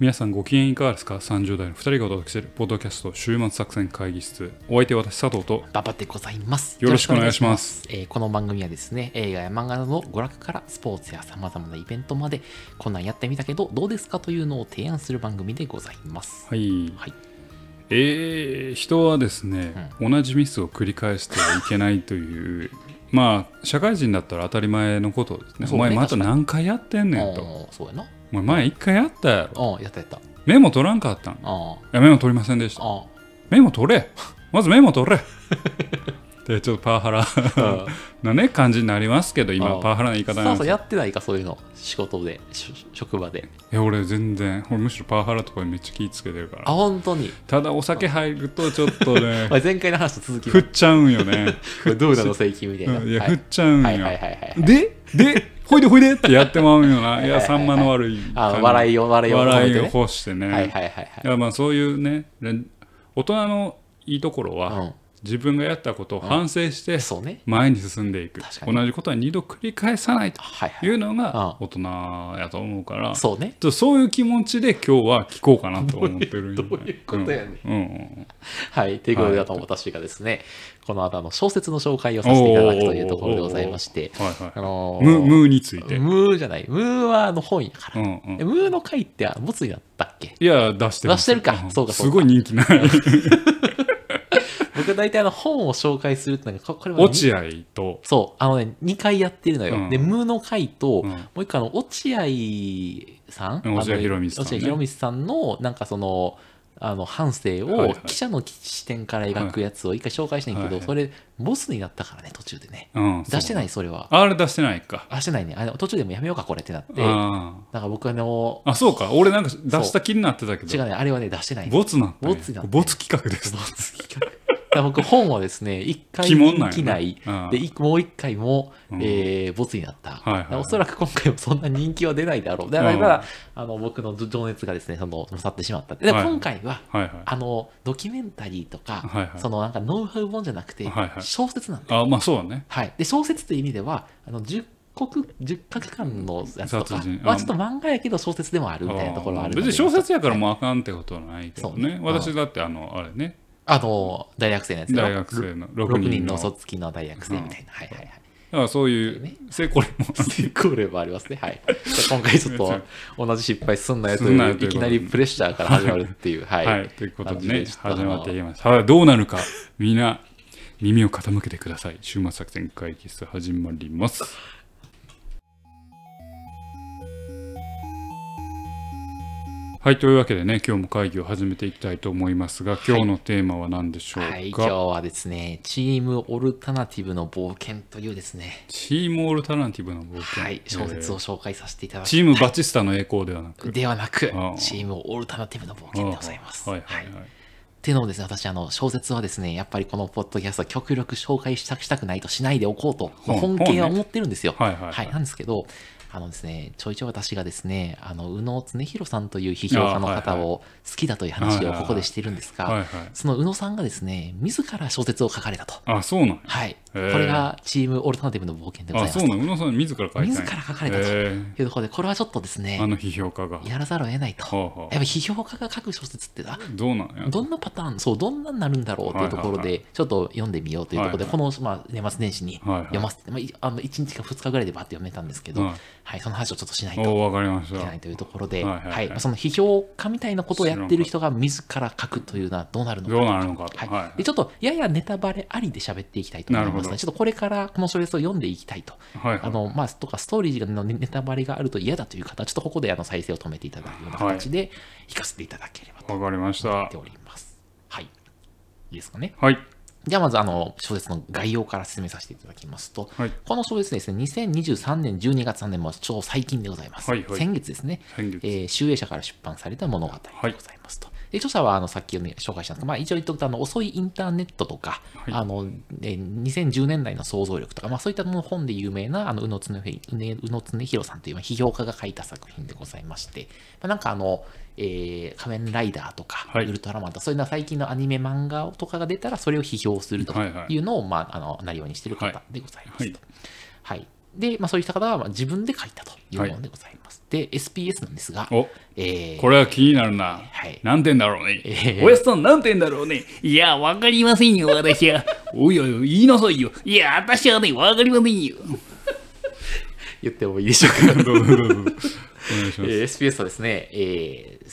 皆さんご機嫌いかがですか ?30 代の2人がお届けするポッドキャスト週末作戦会議室。お相手は私佐藤とババでございます。よろしくお願いしますよろしくお願いします。えーこの番組はですね、映画や漫画などの娯楽からスポーツや様々なイベントまで、こんなんやってみたけど、どうですかというのを提案する番組でございます。はい、はい。えー、人はですね、同じミスを繰り返してはいけないという、まあ、社会人だったら当たり前のことですね。そうおね前また何回やってんねんと。おーそうやな。お前前一回やったやろ。うん、やったやった。メモ取らんかったんいあや、メモ取りませんでしあ、た。あメモ取れまずメモ 取れでちょっとパワハラあ。なね感じになりますけど今あパワハラの言い方なそんでうそすう、いやってないか、そういうの。仕事で、し職場で。や俺全然俺むしろパワハラとかにめっちゃ気つけてるからあ、本当に。ただお酒入るとちょっとね おい前回の話と続き振っちゃうんよねこれどうなの請求みたいな。うんいやは振っちゃうんよはいはいはいはいはい。ででほいでほいでってやってまうんよないはやいはいさんまの悪いあ笑いを笑いを笑いをね欲してねはいはいはいいやまあそういうねで大人のいいところはい。うはん。自分がやったことを反省してそうね。前に進んでいく確かに同じことは二度繰り返さないとはいはいい。うのがう大人やと思うからちょっそうね。とそういう気持ちで今日は聞こうかなと思ってるんよねどういうことやねうんうんはい。ということで、はいあと私がですね、この後、あの、小説の紹介をさせていただくというところでございまして、はいはいあのームムーについてムーじゃない。ムーは、あの、本やかうら。んうんえムーの回って、あボツになったっ けいや出してます出してるかんそうかそうかすごい人気ない僕、大体、あの、本を紹介するってのが、ここれは、落合とそう、あのね、2回やってるのよ。うんで、ムーの回と、うんもう一回、あの、落合さんうん落合博満さんねあの落合博満さんの、なんかその、あの、反省はいはをい記者の視点から描くやつを一回紹介したんやけはど、いはいそれ、ボスになったからね、途中でね。うん出してないい、それは。あれ出してないかあ、してないね。あの途中でもうやめようか、これってなって。だあから僕あの、ーあそうか俺なんか出した気になってたけ違うどね、あれはね、出してない。ボツなんだねボツなんだねボツ企画ですボツ企画。だから僕、本はですね、一回鬼門なんやな人気ない。うんで、いもう一回も、うんえー、ボツになった。はいはいはいだからおそらく今回もそんな人気は出ないだろう。だから、うんあの僕の情熱がですね、その、去ってしまった。で、はい今回は、はいはいあの、ドキュメンタリーとか、はいはいそのなんかノウハウ本じゃなくて、はいはい小説なんだよあまあそうだねはい、で小説という意味ではあの10国10カ国間のやつとか殺人まああ、ちょっと漫画やけど小説でもあるみたいなところはあるの別でに小説やからもうあかんってことはないけどねそうね私だってあのあれねあの大学生のやつ大学生の6 6人人のの嘘つきの大学生みたいな、はいはいはいだからそういう、ねせこれもこれもありますねはいじゃあ今回ちょっと同じ失敗すんなよとすんいなようといういこときでなりプレッシャーから始まるっていうは、はいい、ということで感ねじちょと始まっていきますさあどうなるかみんな耳を傾けてください週末作戦会議室始まりますはいというわけでね今日も会議を始めていきたいと思いますが今日のテーマは何でしょうか、はい今日はですねチームオルタナティブの冒険というですねチームオルタナティブの冒険、はい小説えをー紹介させていただきチームバチスタの栄光ではなくではなくああチームオルタナティブの冒険でございます。はいはいはいはいっていうのをですね、私、あの、小説はですね、やっぱりこのポッドキャストは極力紹介したしたくないとしないでおこうと、本本気は思ってるんですよ。本ねはいはいはいなんですけど、あのですね、ちょいちょい私がですね、あの、宇野恒弘さんという批評家のあーは方いはいを好きだという話をここでしているんですはいはがい、その宇野さんがですね、自ら小説を書かれたと。あそうなんやはい。こへーれがチームオルタナティブの冒険でございあますそう。なん宇野さん自ら書いたんや自ら書かれたとへというところで、これはちょっとですえあね、の批評家がやらざるを得ないはあと。はあやっぱ批評家が書く小説って、あ、どうなんやどんなパターン、そう、どんなになるんだろうというとこはいろはいで、ちょっと読んでみようというところで、はいこの、まあ、年末年始にはいはい読ませて、まあい、あの1日か2日ぐらいでバーって読めたんですけど、ははいい、その話をちょっとしないとおいお分かりましけないたというところで、ははいいはいはいその批評家みたいなことをやってる人が自ら書くというのはどうなるのかどうなるのかとはいはいでちょっとややネタバレありで喋っていきたいと思いなるますほどね。ちょっとこれからこの小説を読んでいきたいと。はいあのまあ、とかストーリーのネタバレがあると嫌だという方は、ちょっとここであの再生を止めていただくような形で、いかせていただければと分かりましったております。はい。いいですかね。はいじゃあまずあの小説の概要から説明させていただきますと、はいこの小説ですね、2023年12月3年も超最近でございます。はいはい先月ですね、先月えー、集英社から出版された物語でございますと。で著者はあのさっき、ね、紹介したんですが、まあ、一応言っとくとあの遅いインターネットとか、はいあのえー2010年代の想像力とか、まあ、そういったもの本で有名なあの宇野恒宇野恒弘さんというまあ批評家が書いた作品でございまして、まあ、なんかあの、えー仮面ライダーとか、はいウルトラマンとかそういうのは最近のアニメ漫画とかが出たらそれを批評するとはいはいいうのを、まあ、あのなりわいにしてるはい方でございますと。はい、で、まあ、そういった方はまあ自分で書いたというものでございます。で、SPS なんですが、おえーこれは気になるな。はい何点だろうね。えーおやすさん何点だろうね。いや、わかりませんよ、私は。 おいおいおい、言いなさいよ。いや、私はね、わかりませ んよ。言ってもいいでしょうか。どうぞどうぞ。お願いし えます。ー SPS はですね、えー、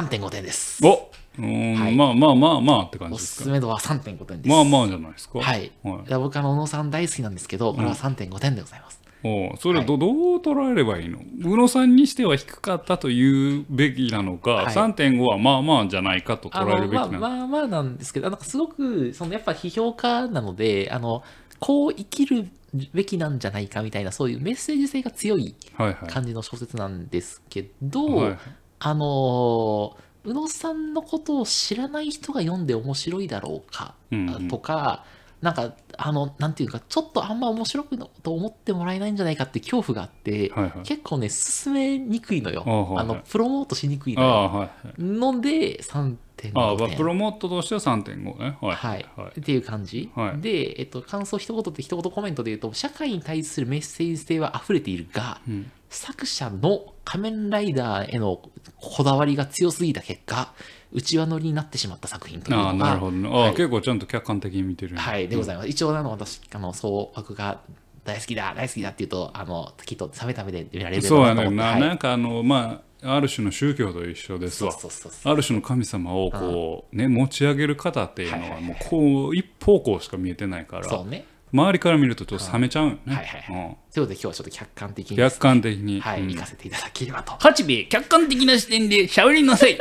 3.5点です。おうーん、はいまあまあまあまあって感じおですすすか。め度は3.5点です。まあまあじゃないですか。はい。だから僕あの、小野さん大好きなんですけど、これは3.5点でございます。おうそれど,、どう捉えればいいの宇野さんにしては低かったというべきなのか、はい3.5はまあまあじゃないかと捉あえのるべきまなあのか、まあまあなんですけど、あのすごくそのやっぱ批評家なのであの、こう生きるべきなんじゃないかみたいな、そういうメッセージ性が強いはいはい。感じの小説なんですけど、はいあの宇野さんのことを知らない人が読んで面白いだろうかうんうんとか、なんかあのなんていうかちょっとあんま面白くのと思ってもらえないんじゃないかって恐怖があって、はいはい結構ね進めにくいのよあはいはいあのプロモートしにくいあのよあ、はいはい。ので3.5点ああ、まあプロモートとしては3.5ね。はい。はいはいっていう感じ、はいで、えっと、感想一言って一言コメントで言うと社会に対するメッセージ性は溢れているがうん作者の仮面ライダーへのこだわりが強すぎた結果内輪乗りになってしまった作品というのあがあ、なるほどね。ああ、はい結構ちゃんと客観的に見てる、はい、でございます。一応、あの、私、あの、そう、僕が大好きだ、大好きだって言うと、あの、きっと、冷め冷めで見られるだそうろやとね思んってな、はいなんかあのまあある種の宗教と一緒ですそうわそうそうそう。ある種の神様をこう、ね、持ち上げる方っていうのはいははいもうこう一方向しか見えてないからそうね。周りから見るとちょっと冷めちゃうよね、はいはいはい。ということで、今日はちょっと客観的うんに、客観的に、はい、うん行かせていただければと。八兵衛、客観的な視点で喋りな さい。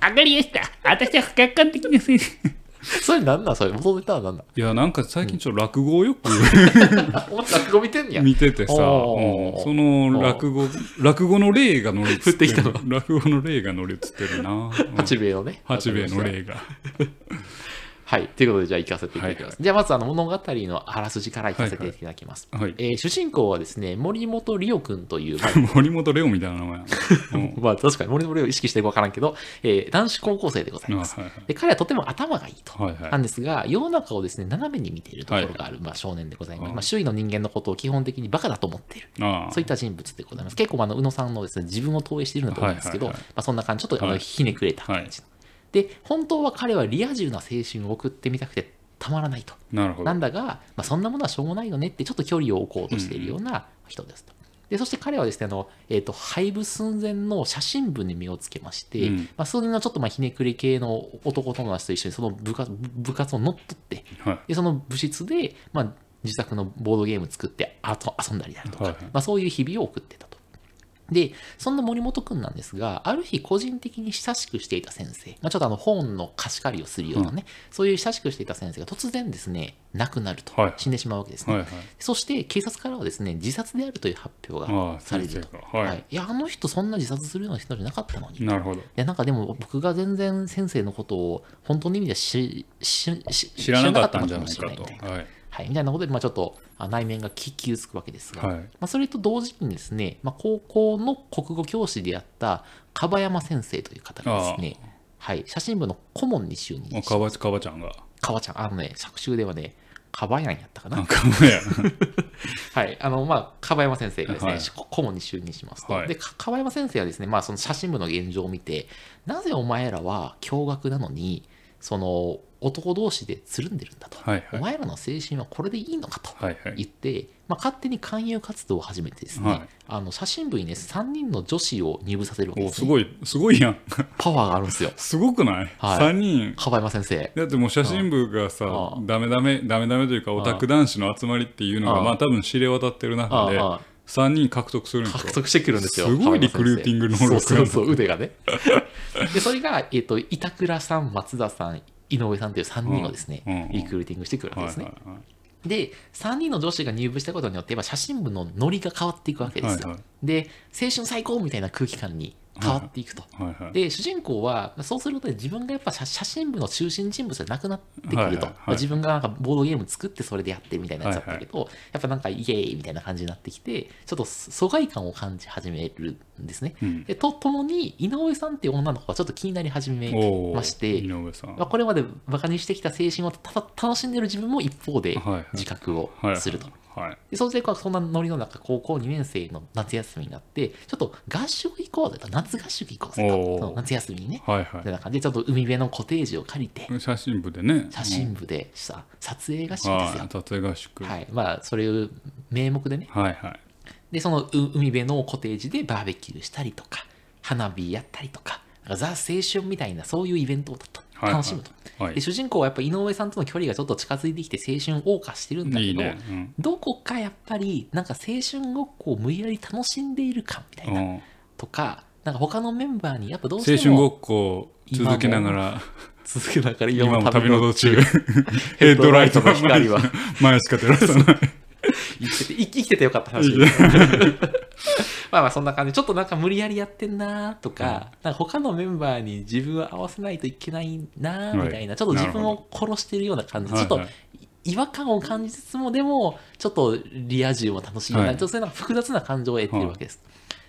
あかりやした。私は客観的な視点で。それなんなんそれ、元ネタはなんなんいやなんか最近ちょっと落語をよくあ、お前、落語見てんねや。見ててさ、おーうんその落語落語の例が乗り移って降ってきたるの落語の例が乗り移ってるな、うん八兵衛のね。八兵衛の例例がはい。ということで、じゃあ行かせていただきます。はいはじゃあ、まず、あの、物語のあらすじから行かせていただきます。はいえー主人公はですね、森本理央君という、まあ森本レオみたいな名前、うん まあ、確かに森本理央を意識してるかわからんけど、えー男子高校生でございあはまいす。はいで彼はとても頭がいいと。はいはいなんですが、世の中をですね、斜めに見ているところがある、まあ、少年でございます。まあ、周囲の人間のことを基本的にバカだと思っている。ああそういった人物でございます。結構、あの、宇野さんのですね、自分を投影しているんだと思うんですけど、はいはいまあ、そんな感じ、ちょっとあはのいひねくれた感じの、で、本当は彼はリア充な青春を送ってみたくてたまらないと。なるほどなんだが、まあ、そんなものはしょうもないよねって、ちょっと距離を置こうとしているような人ですと。でそして彼はですねあの、えーと、廃部寸前の写真部に目をつけまして、うんまあ、それのちょっとまあひねくれ系の男友達と一緒にその部活部活を乗っ取って、はいでその部室で、まあ、自作のボードゲーム作ってあと遊んだりだとか、はいはいまあ、そういう日々を送ってたと。で、そんな森本くんなんですが、ある日個人的に親しくしていた先生、まあ、ちょっとあの本の貸し借りをするようなね、そういう親しくしていた先生が突然ですね、亡くなると、はい死んでしまうわけですね。はいはいそして警察からはですね、自殺であるという発表あがあされ先る生と。かはい、いや、あの人そんな自殺するような人じゃなかったのに。なるほどいやなんかでも僕が全然先生のことを本当の意味では知しし知らなかったんじゃない知らかなとかったのもしはれみたいないはい、みたいなことで、まあ、ちょっとあ内面がききつくわけですが、はいまあ、それと同時にですね、まあ、高校の国語教師であった樺山先生という方がですね、はい、写真部の顧問に就も任うしかばかばちゃんが川ちゃんあのね作中ではね樺山やったかなな、んかもやはいあのまあ、樺山先生がですね、はいこ顧問に就任しますと、はいでか樺山先生はですね、まあ、その写真部の現状を見てなぜお前らは驚愕なのにその男同士でつるんでるんだと、はいはいお前らの精神はこれでいいのかと、はいはい言って、まあ、勝手に勧誘活動を始めてですね、はいあの写真部にね3人の女子を入部させるわけおです、すね、ごいすごいやんパワーがあるんですよすごくない、はい三人樺山先 生だってもう写真部がさああダメダメダメダメというかオタク男子の集まりっていうのあがあまあ多分知れ渡ってる中でああああ三人獲得するんです獲よ得してくるんですよすごいリクルーティング能力そうそうそう腕がね でそれが、えっと板倉さん松田さん井上さんという3人をですね、うんうんうんリクルーティングしてくるわけはいではすいね、はいで3人の女子が入部したことによってまあ写真部のノリが変わっていくわけですよ、はいはで青春最高みたいな空気感に変わっていくと、はいはいで主人公はそうすることで自分がやっぱ写写真部の中心人物じゃなくなってくると、はいはいはいまあ自分がなんかボードゲーム作ってそれでやってみたいなやつだったけど、やっぱなんかイエーイみたいな感じになってきてちょっと疎外感を感じ始めるんですね、うんでとともに井上さんっていう女の子がちょっと気になり始めおーまして井上さんまあ、これまでバカにしてきた精神をたた楽しんでる自分も一方ではいはい自覚をすると。ははい。で、卒業はそんなノリの中、高校2年生の夏休みになって、ちょっと合宿行こうぜと、夏合宿行こうぜおと、ーその夏休みにね、はいみはたいな感じで、ちょっと海辺のコテージを借りて、い。写真部でね。写真部でさ、撮影合宿うんですはよい。。撮影合宿。ははいい、まあ、それを名目でね、はい。で、そのう海辺のコテージでバーベキューしたりとか、花火やったりとか、なんかザ・青春みたいな、そういうイベントだった。はいはい楽しむと。はいで、主人公はやっぱ井上さんとの距離がちょっと近づいてきて、青春を謳歌してるんだけど、いいね。うんどこかやっぱり、なんか青春ごっこを無理やり楽しんでいる感みたいな、うんとか、なんか他のメンバーにやっぱどう青して春ごもっこを続けながら、続けながら今今もも旅旅のの道途中、ヘッドライトの光は 前しか照らさない。生きてて生きててよかった話いいねです まあまあそんな感じちょっとなんか無理やりやってんなとか,、なんか他のメンバーに自分は合わせないといけないなみたいな、はいちょっと自分を殺してるような感じなちょるほどっと違和感を感じつつもでもちょっとリア充も楽しいような、はいちょっとそういうなんか複雑な感情を得てるわけです。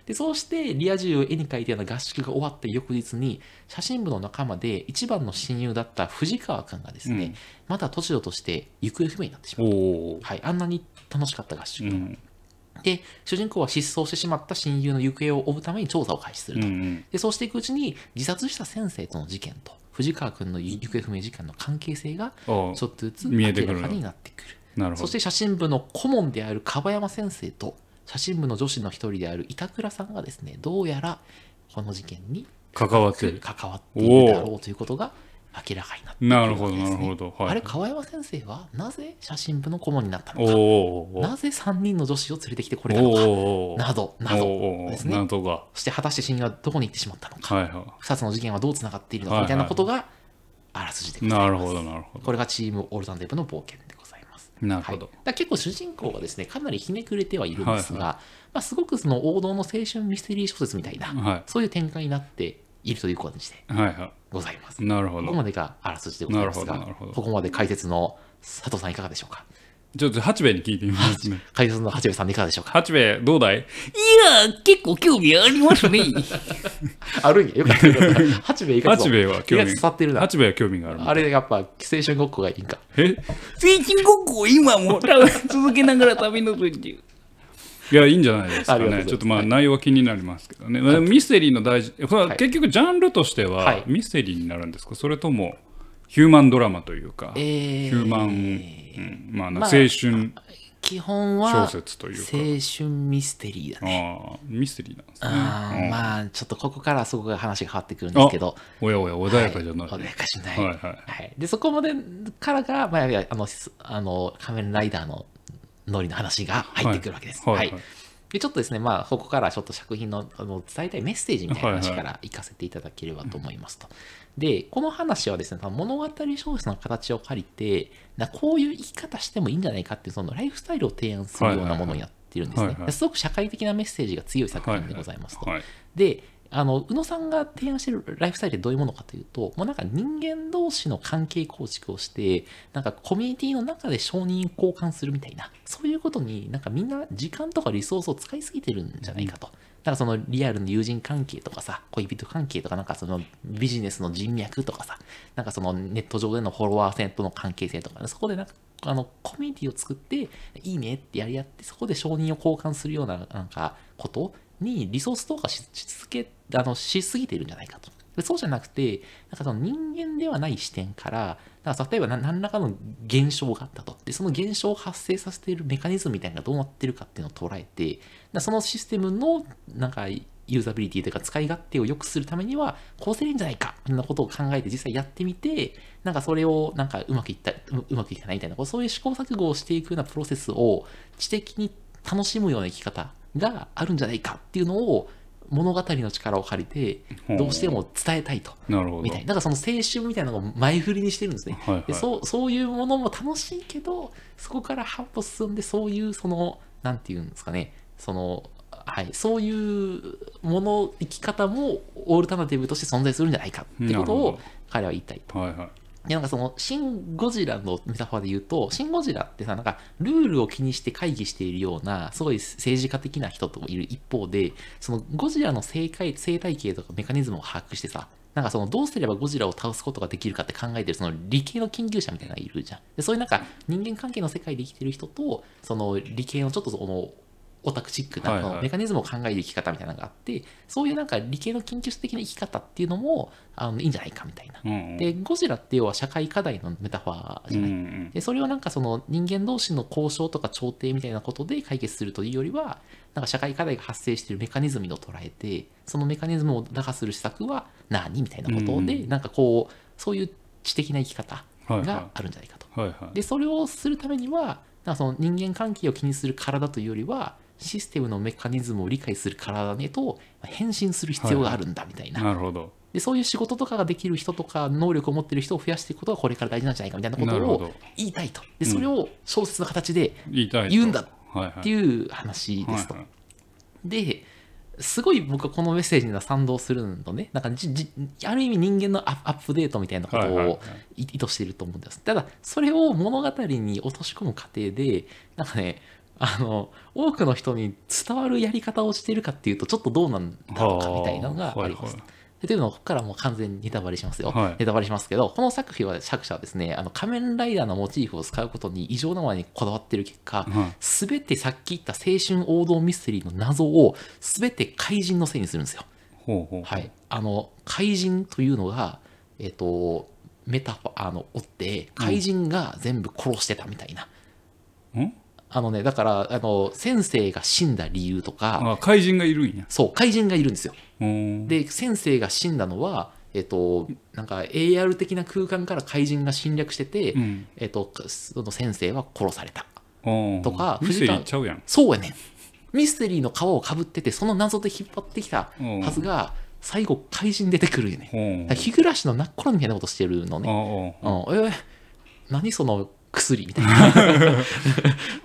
でそうしてリア充を絵に描いたような合宿が終わった翌日に写真部の仲間で一番の親友だった藤川君がですね、うんまた都市として行方不明になってしまう、おーはい、あんなに楽しかった合宿うが、んで主人公は失踪してしまった親友の行方を追うために調査を開始すうるんうと、んでそうしていくうちに自殺した先生との事件と藤川君の行方不明事件の関係性があーちょっとずつ見明えてくるらかになってくるなるほそしど。て写真部の顧問である樺山先生と写真部の女子の一人である板倉さんがですねどうやらこの事件に関わってる。関わっているだろうということが明らかになってくなるほわど、けでなするねほど。あはれい。樺山先生はなぜ写真部の顧問になったおのーかおーなぜ3人の女子を連れてきてこれおーたのかおーなどなおどーでおすーね謎が。そして果たして死因はどこに行ってしまったのかはいは2つの事件はどうつながっているのはかいはいみたいなことがあらすじでい。ございますなるほど、なるほこれがチームオールザンデブの冒険でございますど。なるほどはい。、だから結構主人公はですねかなりひねくれてはいるんですが、はまあ、すごくその王道の青春ミステリー小説みたいな、はそういう展開になっているという感じでい。はいはございますい。なるほこどこ。までがあらすじでございますなるほどながるほどここまで解説の佐藤さんいかがでしょうかちょっと八兵衛に聞いてみますね。解説の八部さんいかがでしょうか八兵衛、どうだいいやー、結構興味あります ね。あるんやよかったよかった八部いかが八兵衛は興味伝わってるな八兵衛は興味があるあれやっぱ青春ごっこがいいんかえ精神ごっこを今も多分続けながら旅の途中。いや、いいんじゃないですかありがとうございまね。すちょっとまあ内容は気になりますけどね。ミステリーの大事、これははい結局ジャンルとしてははいミステリーになるんですかそれともヒューマンドラマというか、えヒュー、ーマン、うんまあなまあ青春基本は小説というか青春ミステリーだねああ、ミステリーなんですね。あーうんまあちょっとここからそこが話が変わってくるんですけどおやおや、穏やかじゃない。はい、穏やかじゃない、はいはいはいでそこまでからが、まあ、いやあのすあの仮面ライダーのノリの話が入ってくるわけです、はいははいいでちょっとですね、まあ、ここからちょっと作品のあの伝えたいメッセージみたいな話はいかはいら行かせていただければと思いますと。で、この話はですね、その物語小説の形を借りて、なこういう生き方してもいいんじゃないかっていう、そのライフスタイルを提案するようなものになってるんですはいはいはいはねいはい。はでいすごく社会的なメッセージが強い作はい品でございますと。はいであの宇野さんが提案してるライフスタイルってどういうものかというともうなんか人間同士の関係構築をしてなんかコミュニティの中で承認交換するみたいなそういうことになんかみんな時間とかリソースを使いすぎてるんじゃないかと。なんかそのリアルの友人関係とかさ恋人関係とかなんかそのビジネスの人脈とかさなんかそのネット上でのフォロワー線との関係性とか、そこでなんかあのコミュニティを作っていいねってやり合ってそこで承認を交換するようななんかことにリソース投下しし続けあのしすぎてるんじゃないかと。でそうじゃなくて、なんかその人間ではない視点から、なんか例えばな何らかの現象があったと。で、その現象を発生させているメカニズムみたいなのがどうなってるかっていうのを捉えて、なそのシステムのなんかユーザビリティというか使い勝手を良くするためにはこうすればいいんじゃないかみたいなことを考えて実際やってみてなんかそれをなんかうまくいったううまくいかないみたいなこうそういう試行錯誤をしていくようなプロセスを知的に楽しむような生き方があるんじゃないかっていうのを物語の力を借りほてうどうしても伝えたいと。なるほみどたい。なだからその青春みたいなのを前振りにしてるんですね、はいはいでそうそういうものも楽しいけどそこから半歩進んでそういうそのなんていうんですかねそのはい、そういうもの生き方もオルタナティブとして存在するんじゃないかってことなるほをど彼は言いたいはいはい。でなんかその「シン・ゴジラ」のメタファーで言うと「シン・ゴジラ」ってさなんかルールを気にして会議しているようなすごい政治家的な人といる一方でそのゴジラの生態生態系とかメカニズムを把握してさなんなんかそのどうすればゴジラを倒すことができるかって考えてるその理系の研究者みたいなのがいるじゃん。でそういうなんか人間関係の世界で生きてる人とその理系のちょっとそのオタクチックなはいはいそのメカニズムを考える生き方みたいなのがあって、そういうなんか理系の研究者的な生き方っていうのもあのいいんじゃないかみたいな。うんうんでゴジラって要は社会課題のメタファーうじゃんうないんでそれをなんかその人間同士の交渉とか調停みたいなことで解決するというよりはなんか社会課題が発生しているメカニズムを捉えてそのメカニズムを打破する施策は何みたいなことで、うんなんかこうそういう知的な生き方はいはいがあるんじゃないかと。はいはいでそれをするためにはなんかその人間関係を気にする体というよりはシステムのメカニズムを理解する体へと変身する必要があるんだみたいな、なるほどでそういう仕事とかができる人とか能力を持ってる人を増やしていくことがこれから大事なんじゃないかみたいなこなるとほをど言いたいとでそれを小説の形で言いたいと言うんだはいはっいていう話ですとはいはですごい僕はこのメッセージには賛同するのねなんかじじある意味人間のアアップデートみたいなことはいはいはいをい意図していると思うんですただそれを物語に落とし込む過程でなんかねあの多くの人に伝わるやり方をしてるかっていうとちょっとどうなんだろうかみたいなのがあはあはいります。はいというのをここからもう完全にネタバレしますよ、はいネタバレしますけどこの作品は作者はですねあの仮面ライダーのモチーフを使うことに異常なまでにこだわってる結果、はいすべてさっき言った青春王道ミステリーの謎をすべて怪人のせいにするんですよ。ほうほうはい、あの怪人というのが、えっとメタファあの追って怪人が全部殺してたみたいな、んあのねだからあの先生が死んだ理由とかあ怪人がいるんやそう怪人がいるんですよ。うんで先生が死んだのは、えっとなんか AR 的な空間から怪人が侵略してて、うんえっとその先生は殺された。うんとかミステリーちゃうやんそうやねん。ミステリーの皮をかぶってて、その謎で引っ張ってきたうんはずが、最後、怪人出てくるよね。うんだから日暮らしのなっころみたいなことしてるのね。あうん、えー何その薬みたいな。あ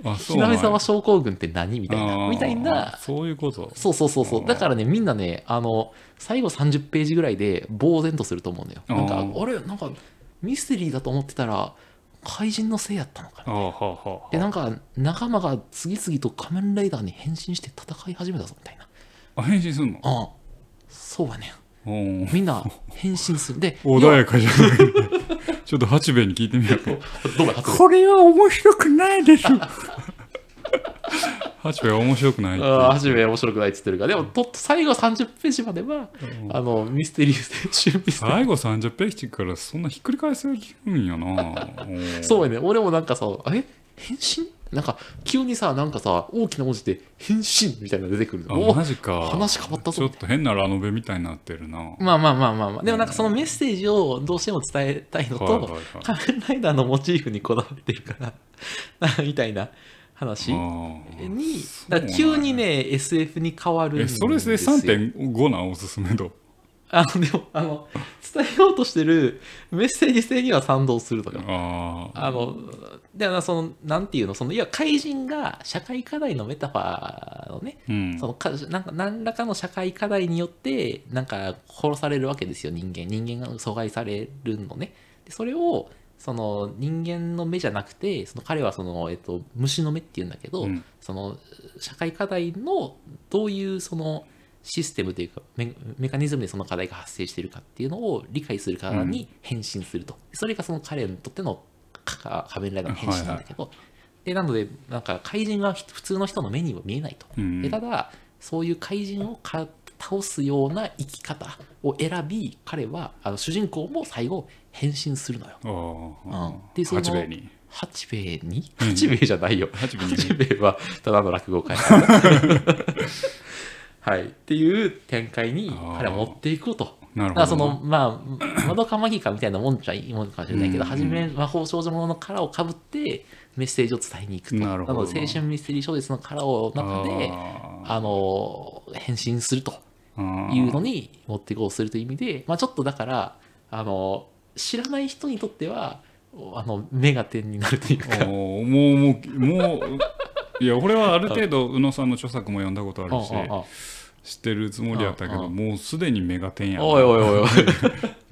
あ そひうななやんみ沢症候群って何みたいあな。ーみたいな。そういうことそうそうそうそう。だからね、みんなね、あの、最後30ページぐらいで、呆然とすると思うんだよ。なんか、あーあれなんか、ミステリーだと思ってたら、怪人のせいやったのかなああはあはあでなんか仲間が次々と仮面ライダーに変身して戦い始めたぞみたいなあ変身すんのああそうやねんうんみんな変身するで 穏やかじゃないちょっと八兵衛に聞いてみようどうだこれは面白くないでしょ八兵衛は面白くないって初め面白くないっつってるからでもと最後30ページまではあのミステリ ー青春ミステリー最後30ページからそんなひっくり返すんやなうんそうやねん俺もなんかさえ変身なんか急にさなんかさ大きな文字で変身みたいなの出てくるあのおマジか話変わったぞちょっと変なラノベみたいになってるなまあまあまあまあまあでもなんかそのメッセージをどうしても伝えたいのと、はいはいはい仮面ライダーのモチーフにこだわってるから、 みたいな話あに、ーだから急にね、SF に変わるんえですよ。それで3.5なおすすめ度あの、でも、あの、伝えようとしてるメッセージ性には賛同するとか。あああの、で、あのその、なんていうの、その、いや、怪人が社会課題のメタファーのね、うんそのかなんか何らかの社会課題によってなんか殺されるわけですよ人間人間が阻害されるのねでそれをその人間の目じゃなくてその彼はその、えっと、虫の目っていうんだけど、うんその社会課題のどういうそのシステムというかメメカニズムでその課題が発生しているかっていうのを理解する側に変身すると、それがその彼にとってのか仮面ライダーの変身なんだけど、でなのでなんか怪人はひ普通の人の目には見えないと、うんでただそういう怪人をか倒すような生き方を選び彼はあの主人公も最後変身するのよ。ああ、でその八兵衛に八兵衛に八兵衛じゃないよ。八兵衛に 八兵衛はただの落 語会。はい、っていう展開に彼は持っていこうと。なるほだからどそのまあまどかマギカみたいなもんじゃいいもんかもしれないけど、うん初め魔法少女ものの殻をかぶってメッセージを伝えに行くとなるほどので青春ミステリー小説の殻を中であの変身するといいうのに持っていこうするという意味で、まあ、ちょっとだからあの知らない人にとってはあの目が点になるというか。もうもうもういや俺はある程度宇野さんの著作も読んだことあうんうるんうんし知ってるつもりやったけうんうどもうすでにメガテンやなおいおいおいおい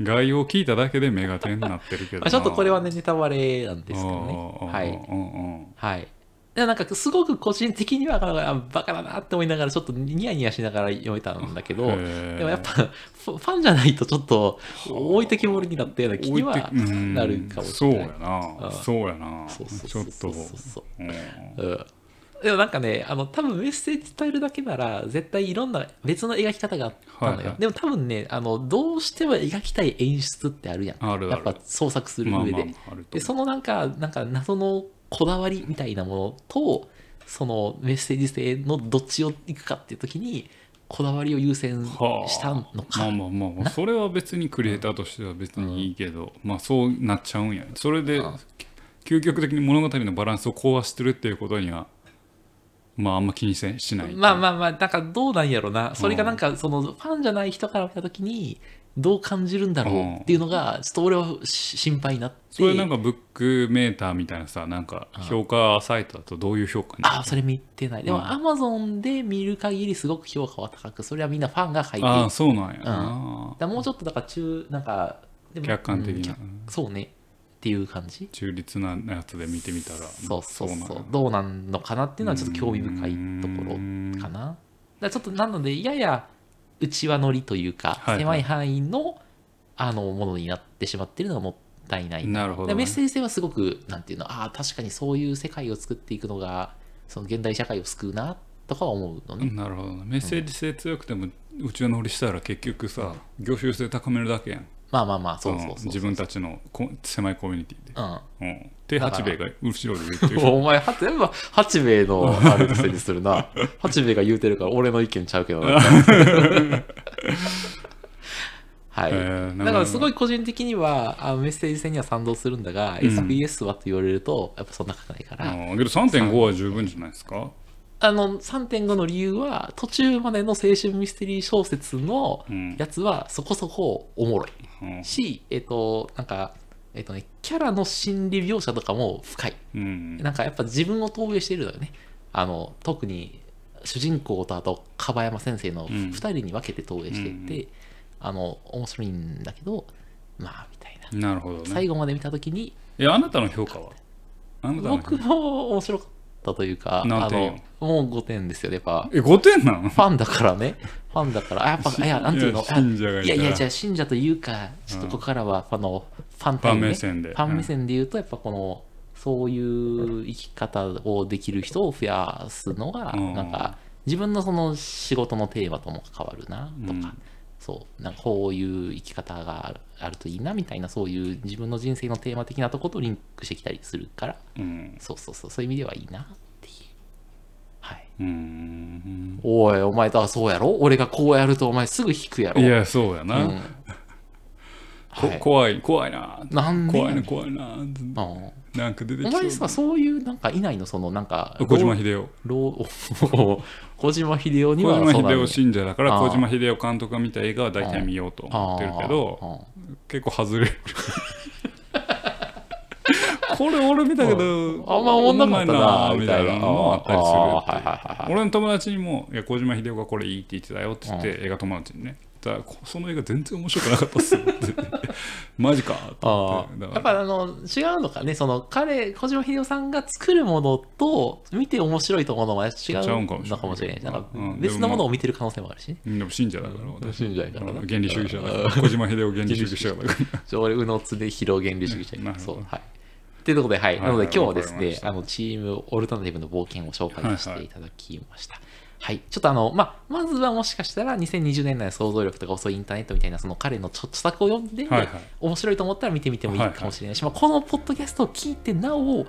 概要を聞いただけでメガテンになってるけどまなあちょっとこれはねネタバレなんですけどねああああはいうんうんはいやなんかすごく個人的にはあバカだなって思いながらちょっとニヤニヤしながら読めたんだけどへーでもやっぱフファンじゃないとちょっと置いてきぼりになったような気には置いてうんなるかもしれなそい。うやなうんそうやなそうそうちそょっとうそうそううんうんでもなんかねあの多分メッセージ伝えるだけなら絶対いろんな別の描き方があったのよ、はいはいでも多分ねあのどうしても描きたい演出ってあるやんあるあるやっぱ創作するまあ上で、まあまああるとでそのなんかなんか謎のこだわりみたいなものとそのメッセージ性のどっちをいくかっていう時にこだわりを優先はあしたのか、まあまあまあ まあそれは別にクリエイターとしては別にいいけど、まあそうなっちゃうんやそれでうん究極的に物語のバランスを壊してるっていうことにはまああんま気にせしないまあまあまあ、なんかどうなんやろな。それがなんか、そのファンじゃない人から見たときに、どう感じるんだろうっていうのが、ちょっと俺はし心配になって。それなんかブックメーターみたいなさなんか評価サイトだとどういう評価にああ、それ見てない。でうんも、アマゾンで見る限りすごく評価は高く、それはみんなファンが書いてあある。そうなんやな、だもうちょっと、だから中、なんか、でも客観的なうん客そうね。っていう感じ。中立なやつで見てみたらそうそうなんそやう。どうなんのかなっていうのはちょっと興味深いところかな。だからちょっとなので、やや内輪乗りというか、はいはい狭い範囲のあのものになってしまってるのがもったいない。なるほどね、でメッセージ性はすごく、なんていうの、ああ、確かにそういう世界を作っていくのが、その現代社会を救うなとかは思うのね。なるほどねメッセージ性強くても宇宙乗りしたら結局さ業種性高めるだけやんまあまあまあ、そうそうそううんそう。自分たちのこ狭いコミュニティで、うん。うん、手八兵衛が後ろで言ってる お前、は全部、八兵衛のあるせいにする な。八兵衛が言うてるから、俺の意見ちゃうけどな。はい。えーなるほどだから、すごい個人的には、あメッセージ性には賛同するんだが、SBS はと言われると、やっぱそんな書かないから、うんけど3.5は十分じゃないですかあの、3.5の理由は、途中までの青春ミステリー小説のうんやつは、そこそこおもろい。うんし、えっ、と、なんか、えっ、とね、キャラの心理描写とかも深い。うんなんかやっぱ自分を投影しているのよね。あの特に主人公とあと樺山先生のん2人に分けて投影していて、うんあの面白いんだけどまあみたいな。なるほどね最後まで見た時にえあなたの評価はあなたの評僕価も面白かったというかあ何点よのもう5点ですよねやっぱ。え5点なのファンだからね、ファンだから、あやっぱ、いや、なんていうの、いや信者がいたらいやいや、じゃあ、信者というか、ちょっとここからは、あの、ファンタイム、ファン目ね、線でファン目線で言うと、やっぱこの、そういう生き方をできる人を増やすのが、うんなんか、自分のその仕事のテーマとも関わるな、うとか、んそう、なんかこういう生き方があるといいな、みたいな、そういう自分の人生のテーマ的なとことリンクしてきたりするから、うんそうそうそう、そういう意味ではいいな、っていう。はい。うんおい、お前とはそうやろ俺がこうやるとお前すぐ引くやろいやそうやな、うんこはい怖い怖いななんでや怖ねいなん怖いなうんおなんか出てきそ前さ、うそういうなんかいないのそのなんか、小島秀夫老 老小島秀夫に小は島そうなん秀や夫信者だからあー小島秀夫監督が見た映画は大体見ようと思ってるけど結構外れるこれ俺見たけどああんま思んなかったな、おもんいみみたたいいな。なのもあったりすあーはいるはいはいはい。俺の友達にもいや小島秀夫がこれいいって言ってたよって言って映画友達にねだからこその映画全然面白くなかったっすよって 言ってマジかと思あってあだからやっぱあの違うのかね、その彼、小島秀夫さんが作るものと、見て面白いと思うのは違う違うんのかもしれないかもしれない。なんかうん別のものを見てる可能性もあるしね。みんなも信者だから私信者やからな原理主義者だから小島秀夫原理主義者だか らじゃあ俺、宇野常広原理主義者うんなるほどそう。はい。ということで、はい。はいなので、今日はですわかりまねし、たあの、チームオルタナティブの冒険を紹介しはいはていいただきました。はい。ちょっとあの、まあ、まずはもしかしたら、2020年代の想像力とか遅いインターネットみたいな、その彼の著著作を読んで、はいはい面白いと思ったら見てみてもいいかもしれないし、まあ、このポッドキャストを聞いて、なお、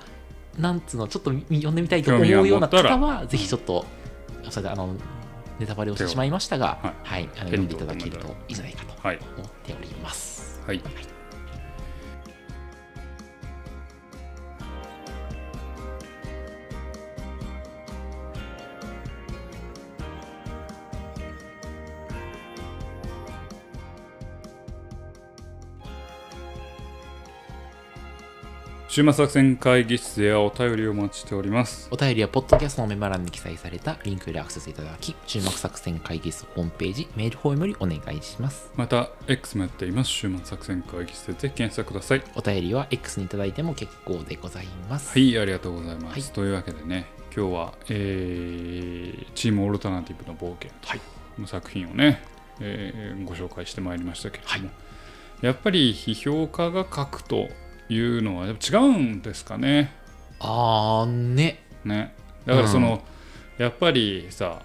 なんつうの、ちょっとみ読んでみたいと思うような興味が方持は、ぜひちょっと、それであの、ネタバレをしてしまいましたが、はい、あの読んでいただけるといいんじゃないかとはい思っております。はい週末作戦会議室ではお便りをお待ちしております。お便りはポッドキャストのメモ欄に記載されたリンクよりアクセスいただき、注目作戦会議室ホームページ、メールフォームよりお願いします。また、X もやっています。週末作戦会議室でぜひ検索ください。お便りは X にいただいても結構でございます。はい、ありがとうございます。はいというわけでね、今日は、えーチームオルタナティブの冒険はいの作品をね、えーご紹介してまいりましたけれども、はいやっぱり批評家が書くというのはやっぱ違うんですかね。あーね。ね、だからその、やっぱりさ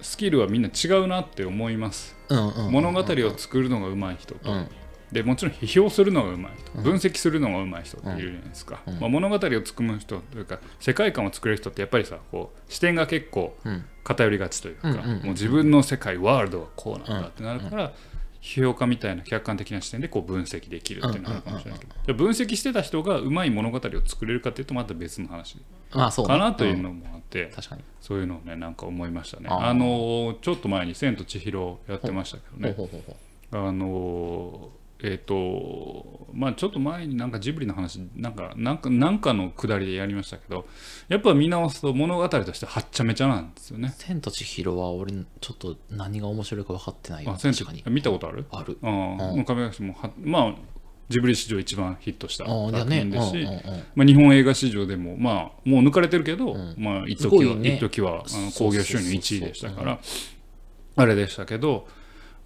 スキルはみんな違うなって思います、うんうんうん、物語を作るのが上手い人と、うんでもちろん批評するのが上手い人、分析するのが上手い人っているじゃないですか、うんまあ、物語を作る人というか世界観を作れる人ってやっぱりさこう視点が結構うん偏りがちというか、うんうんうんうんもう自分の世界ワールドはこうなんだってなるから、批評家みたいな客観的な視点でこう分析できるっていうのがあるかもしれないけど、じゃあ分析してた人がうまい物語を作れるかっていうとまた別の話まあそうねかなといううんのもあって、確かに。そういうのをねなんか思いましたねあーあのーちょっと前に「千と千尋」やってましたけどねほうほうほうほあのーえっ、とまあちょっと前になんかジブリの話なんかなんかなんかのくだりでやりましたけどやっぱ見直すと物語としてはっちゃめちゃなんですよねう。千と千尋は俺、ちょっと何が面白いか分かってないよ。あ千確とかに。見たことあるある。ああもう亀梨もはまあジブリ史上一番ヒットしたあー作じゃあね。う品んですし、うんうんまあ、日本映画史上でも、まあ、もう抜かれてるけど、んまあ、一す時ごは、いね一時はあのそうそうそうそう興行収入1位でしたから、あれでしたけど、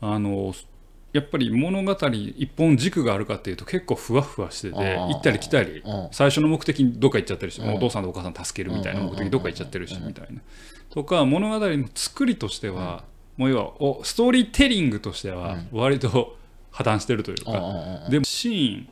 あの、やっぱり物語一本軸があるかっていうと結構ふわふわしててあー行ったり来たりうん最初の目的にどっか行っちゃってるし、お父さんとお母さん助けるみたいな目的どっか行っちゃってるしみたいなとか物語の作りとしては、もう要はおストーリーテリングとしては割と破綻してるというか、うんうんうんでもシーン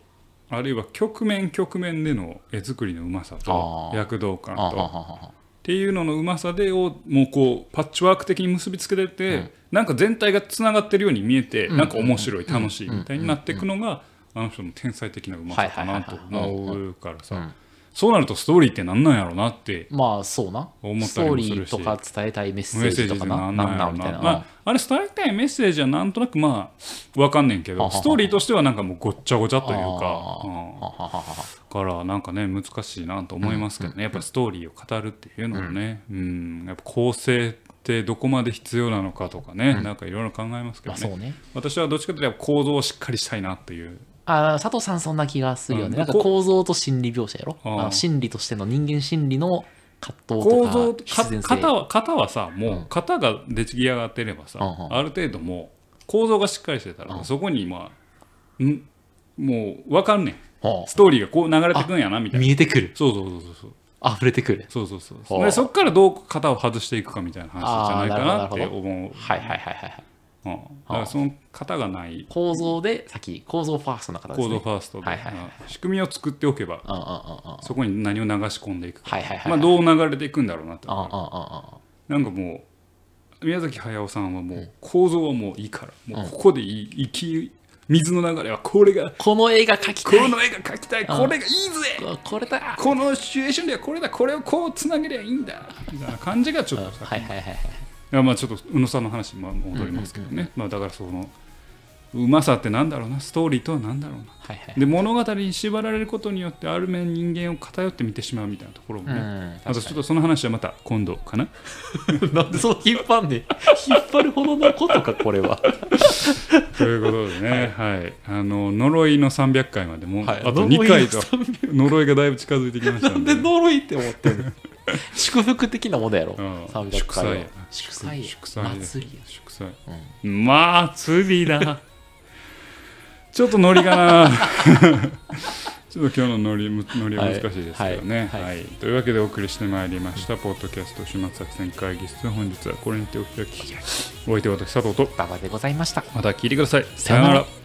あるいは局面局面での絵作りのうまさとあー躍動感あははとっははていうののうまさでをもうこうパッチワーク的に結びつけてて、なんか全体がつながってるように見えて、なんか面白い楽しいみたいになっていくのが、あの人の天才的なうまさかなと思うからさ、うんそうなるとストーリーってなんなんやろうなってまあそうな。思っスたりトーもすリるーしとか伝えたいメッセメーッセージとジかでなな。んななんやんなろんみなたいな。まあ、あれ伝えたいメッセージはなんとなくまあわかんねんけあはどははストーリーとしてはなんかもうごっちゃごちゃというかあ、うんははははからなんかね難しいなと思いますけどね、やっぱストーリーを語るっていうのもね、うんやっぱ構成ってどこまで必要なのかとかね、なんかいろいろ考えますけまどあね,、そうね。私はどっちかというと構造をしっかりしたいなっていうあー佐藤さんそんな気がするよね。うんなんか構造と心理描写やろ。あーあの心理としての人間心理の葛藤とか構造必然性型は型はさもう型が出来上がってればさ、うんうんある程度もう構造がしっかりしてたら、そこにまあんもう分かんねんはストーリーがこう流れてくんやなみあたいな見えてくる。そうそうそうそうそう溢れてくる。そうそうそうほうでそこからどう型を外していくかみたいな話じゃないかなってあーなるほ思うはいはいはいはいはい。うん、だからその型がない構造で先、構造ファーストな形コですーね。ドファーストで、はいはいはいうん仕組みを作っておけばうんうんうんうん。そこに何を流し込んでいくか、はいはいはい。まあ、どう流れていくんだろうなってうんうんうんなんかもう宮崎駿さんはもう構造はもういいからもうここでいい生き水の流れはこれがこの映画描きこたい。の絵が描きたいこれがいいぜここれだ。このシチュエーションではこれだこれをこうつなげりゃいいんだみたいな感じがちょっとさはいはいはいはい。いやまあちょっと宇野さんの話にまあ戻りますけどね、まあ、だからそのうまさってなんだろうなストーリーとは何だろうなはいはい。で物語に縛られることによってある面人間を偏って見てしまうみたいなところもうね、ん。あとちょっとその話はまた今度かななんでその引っ張んねん引っ張るほどのことか、これは。ということでね、はいあの呪いの300回までも、はいあと2回と呪いの300呪いがだいぶ近づいてきました なんんでで呪いって思って んの祝福的なものやろ。うん300祝祭回はや祝祭や。祝祭です祭りや。祝祭、祭り だちょっとノリがな ちょっと今日のノリむノリは難しいですけどね、ははいいはいというわけでお送りしてまいりました、ポッドキャスト週末作戦会議室本日はこれにてお開きお相手は私佐藤と馬場でございました。また聞いてくださいさよなら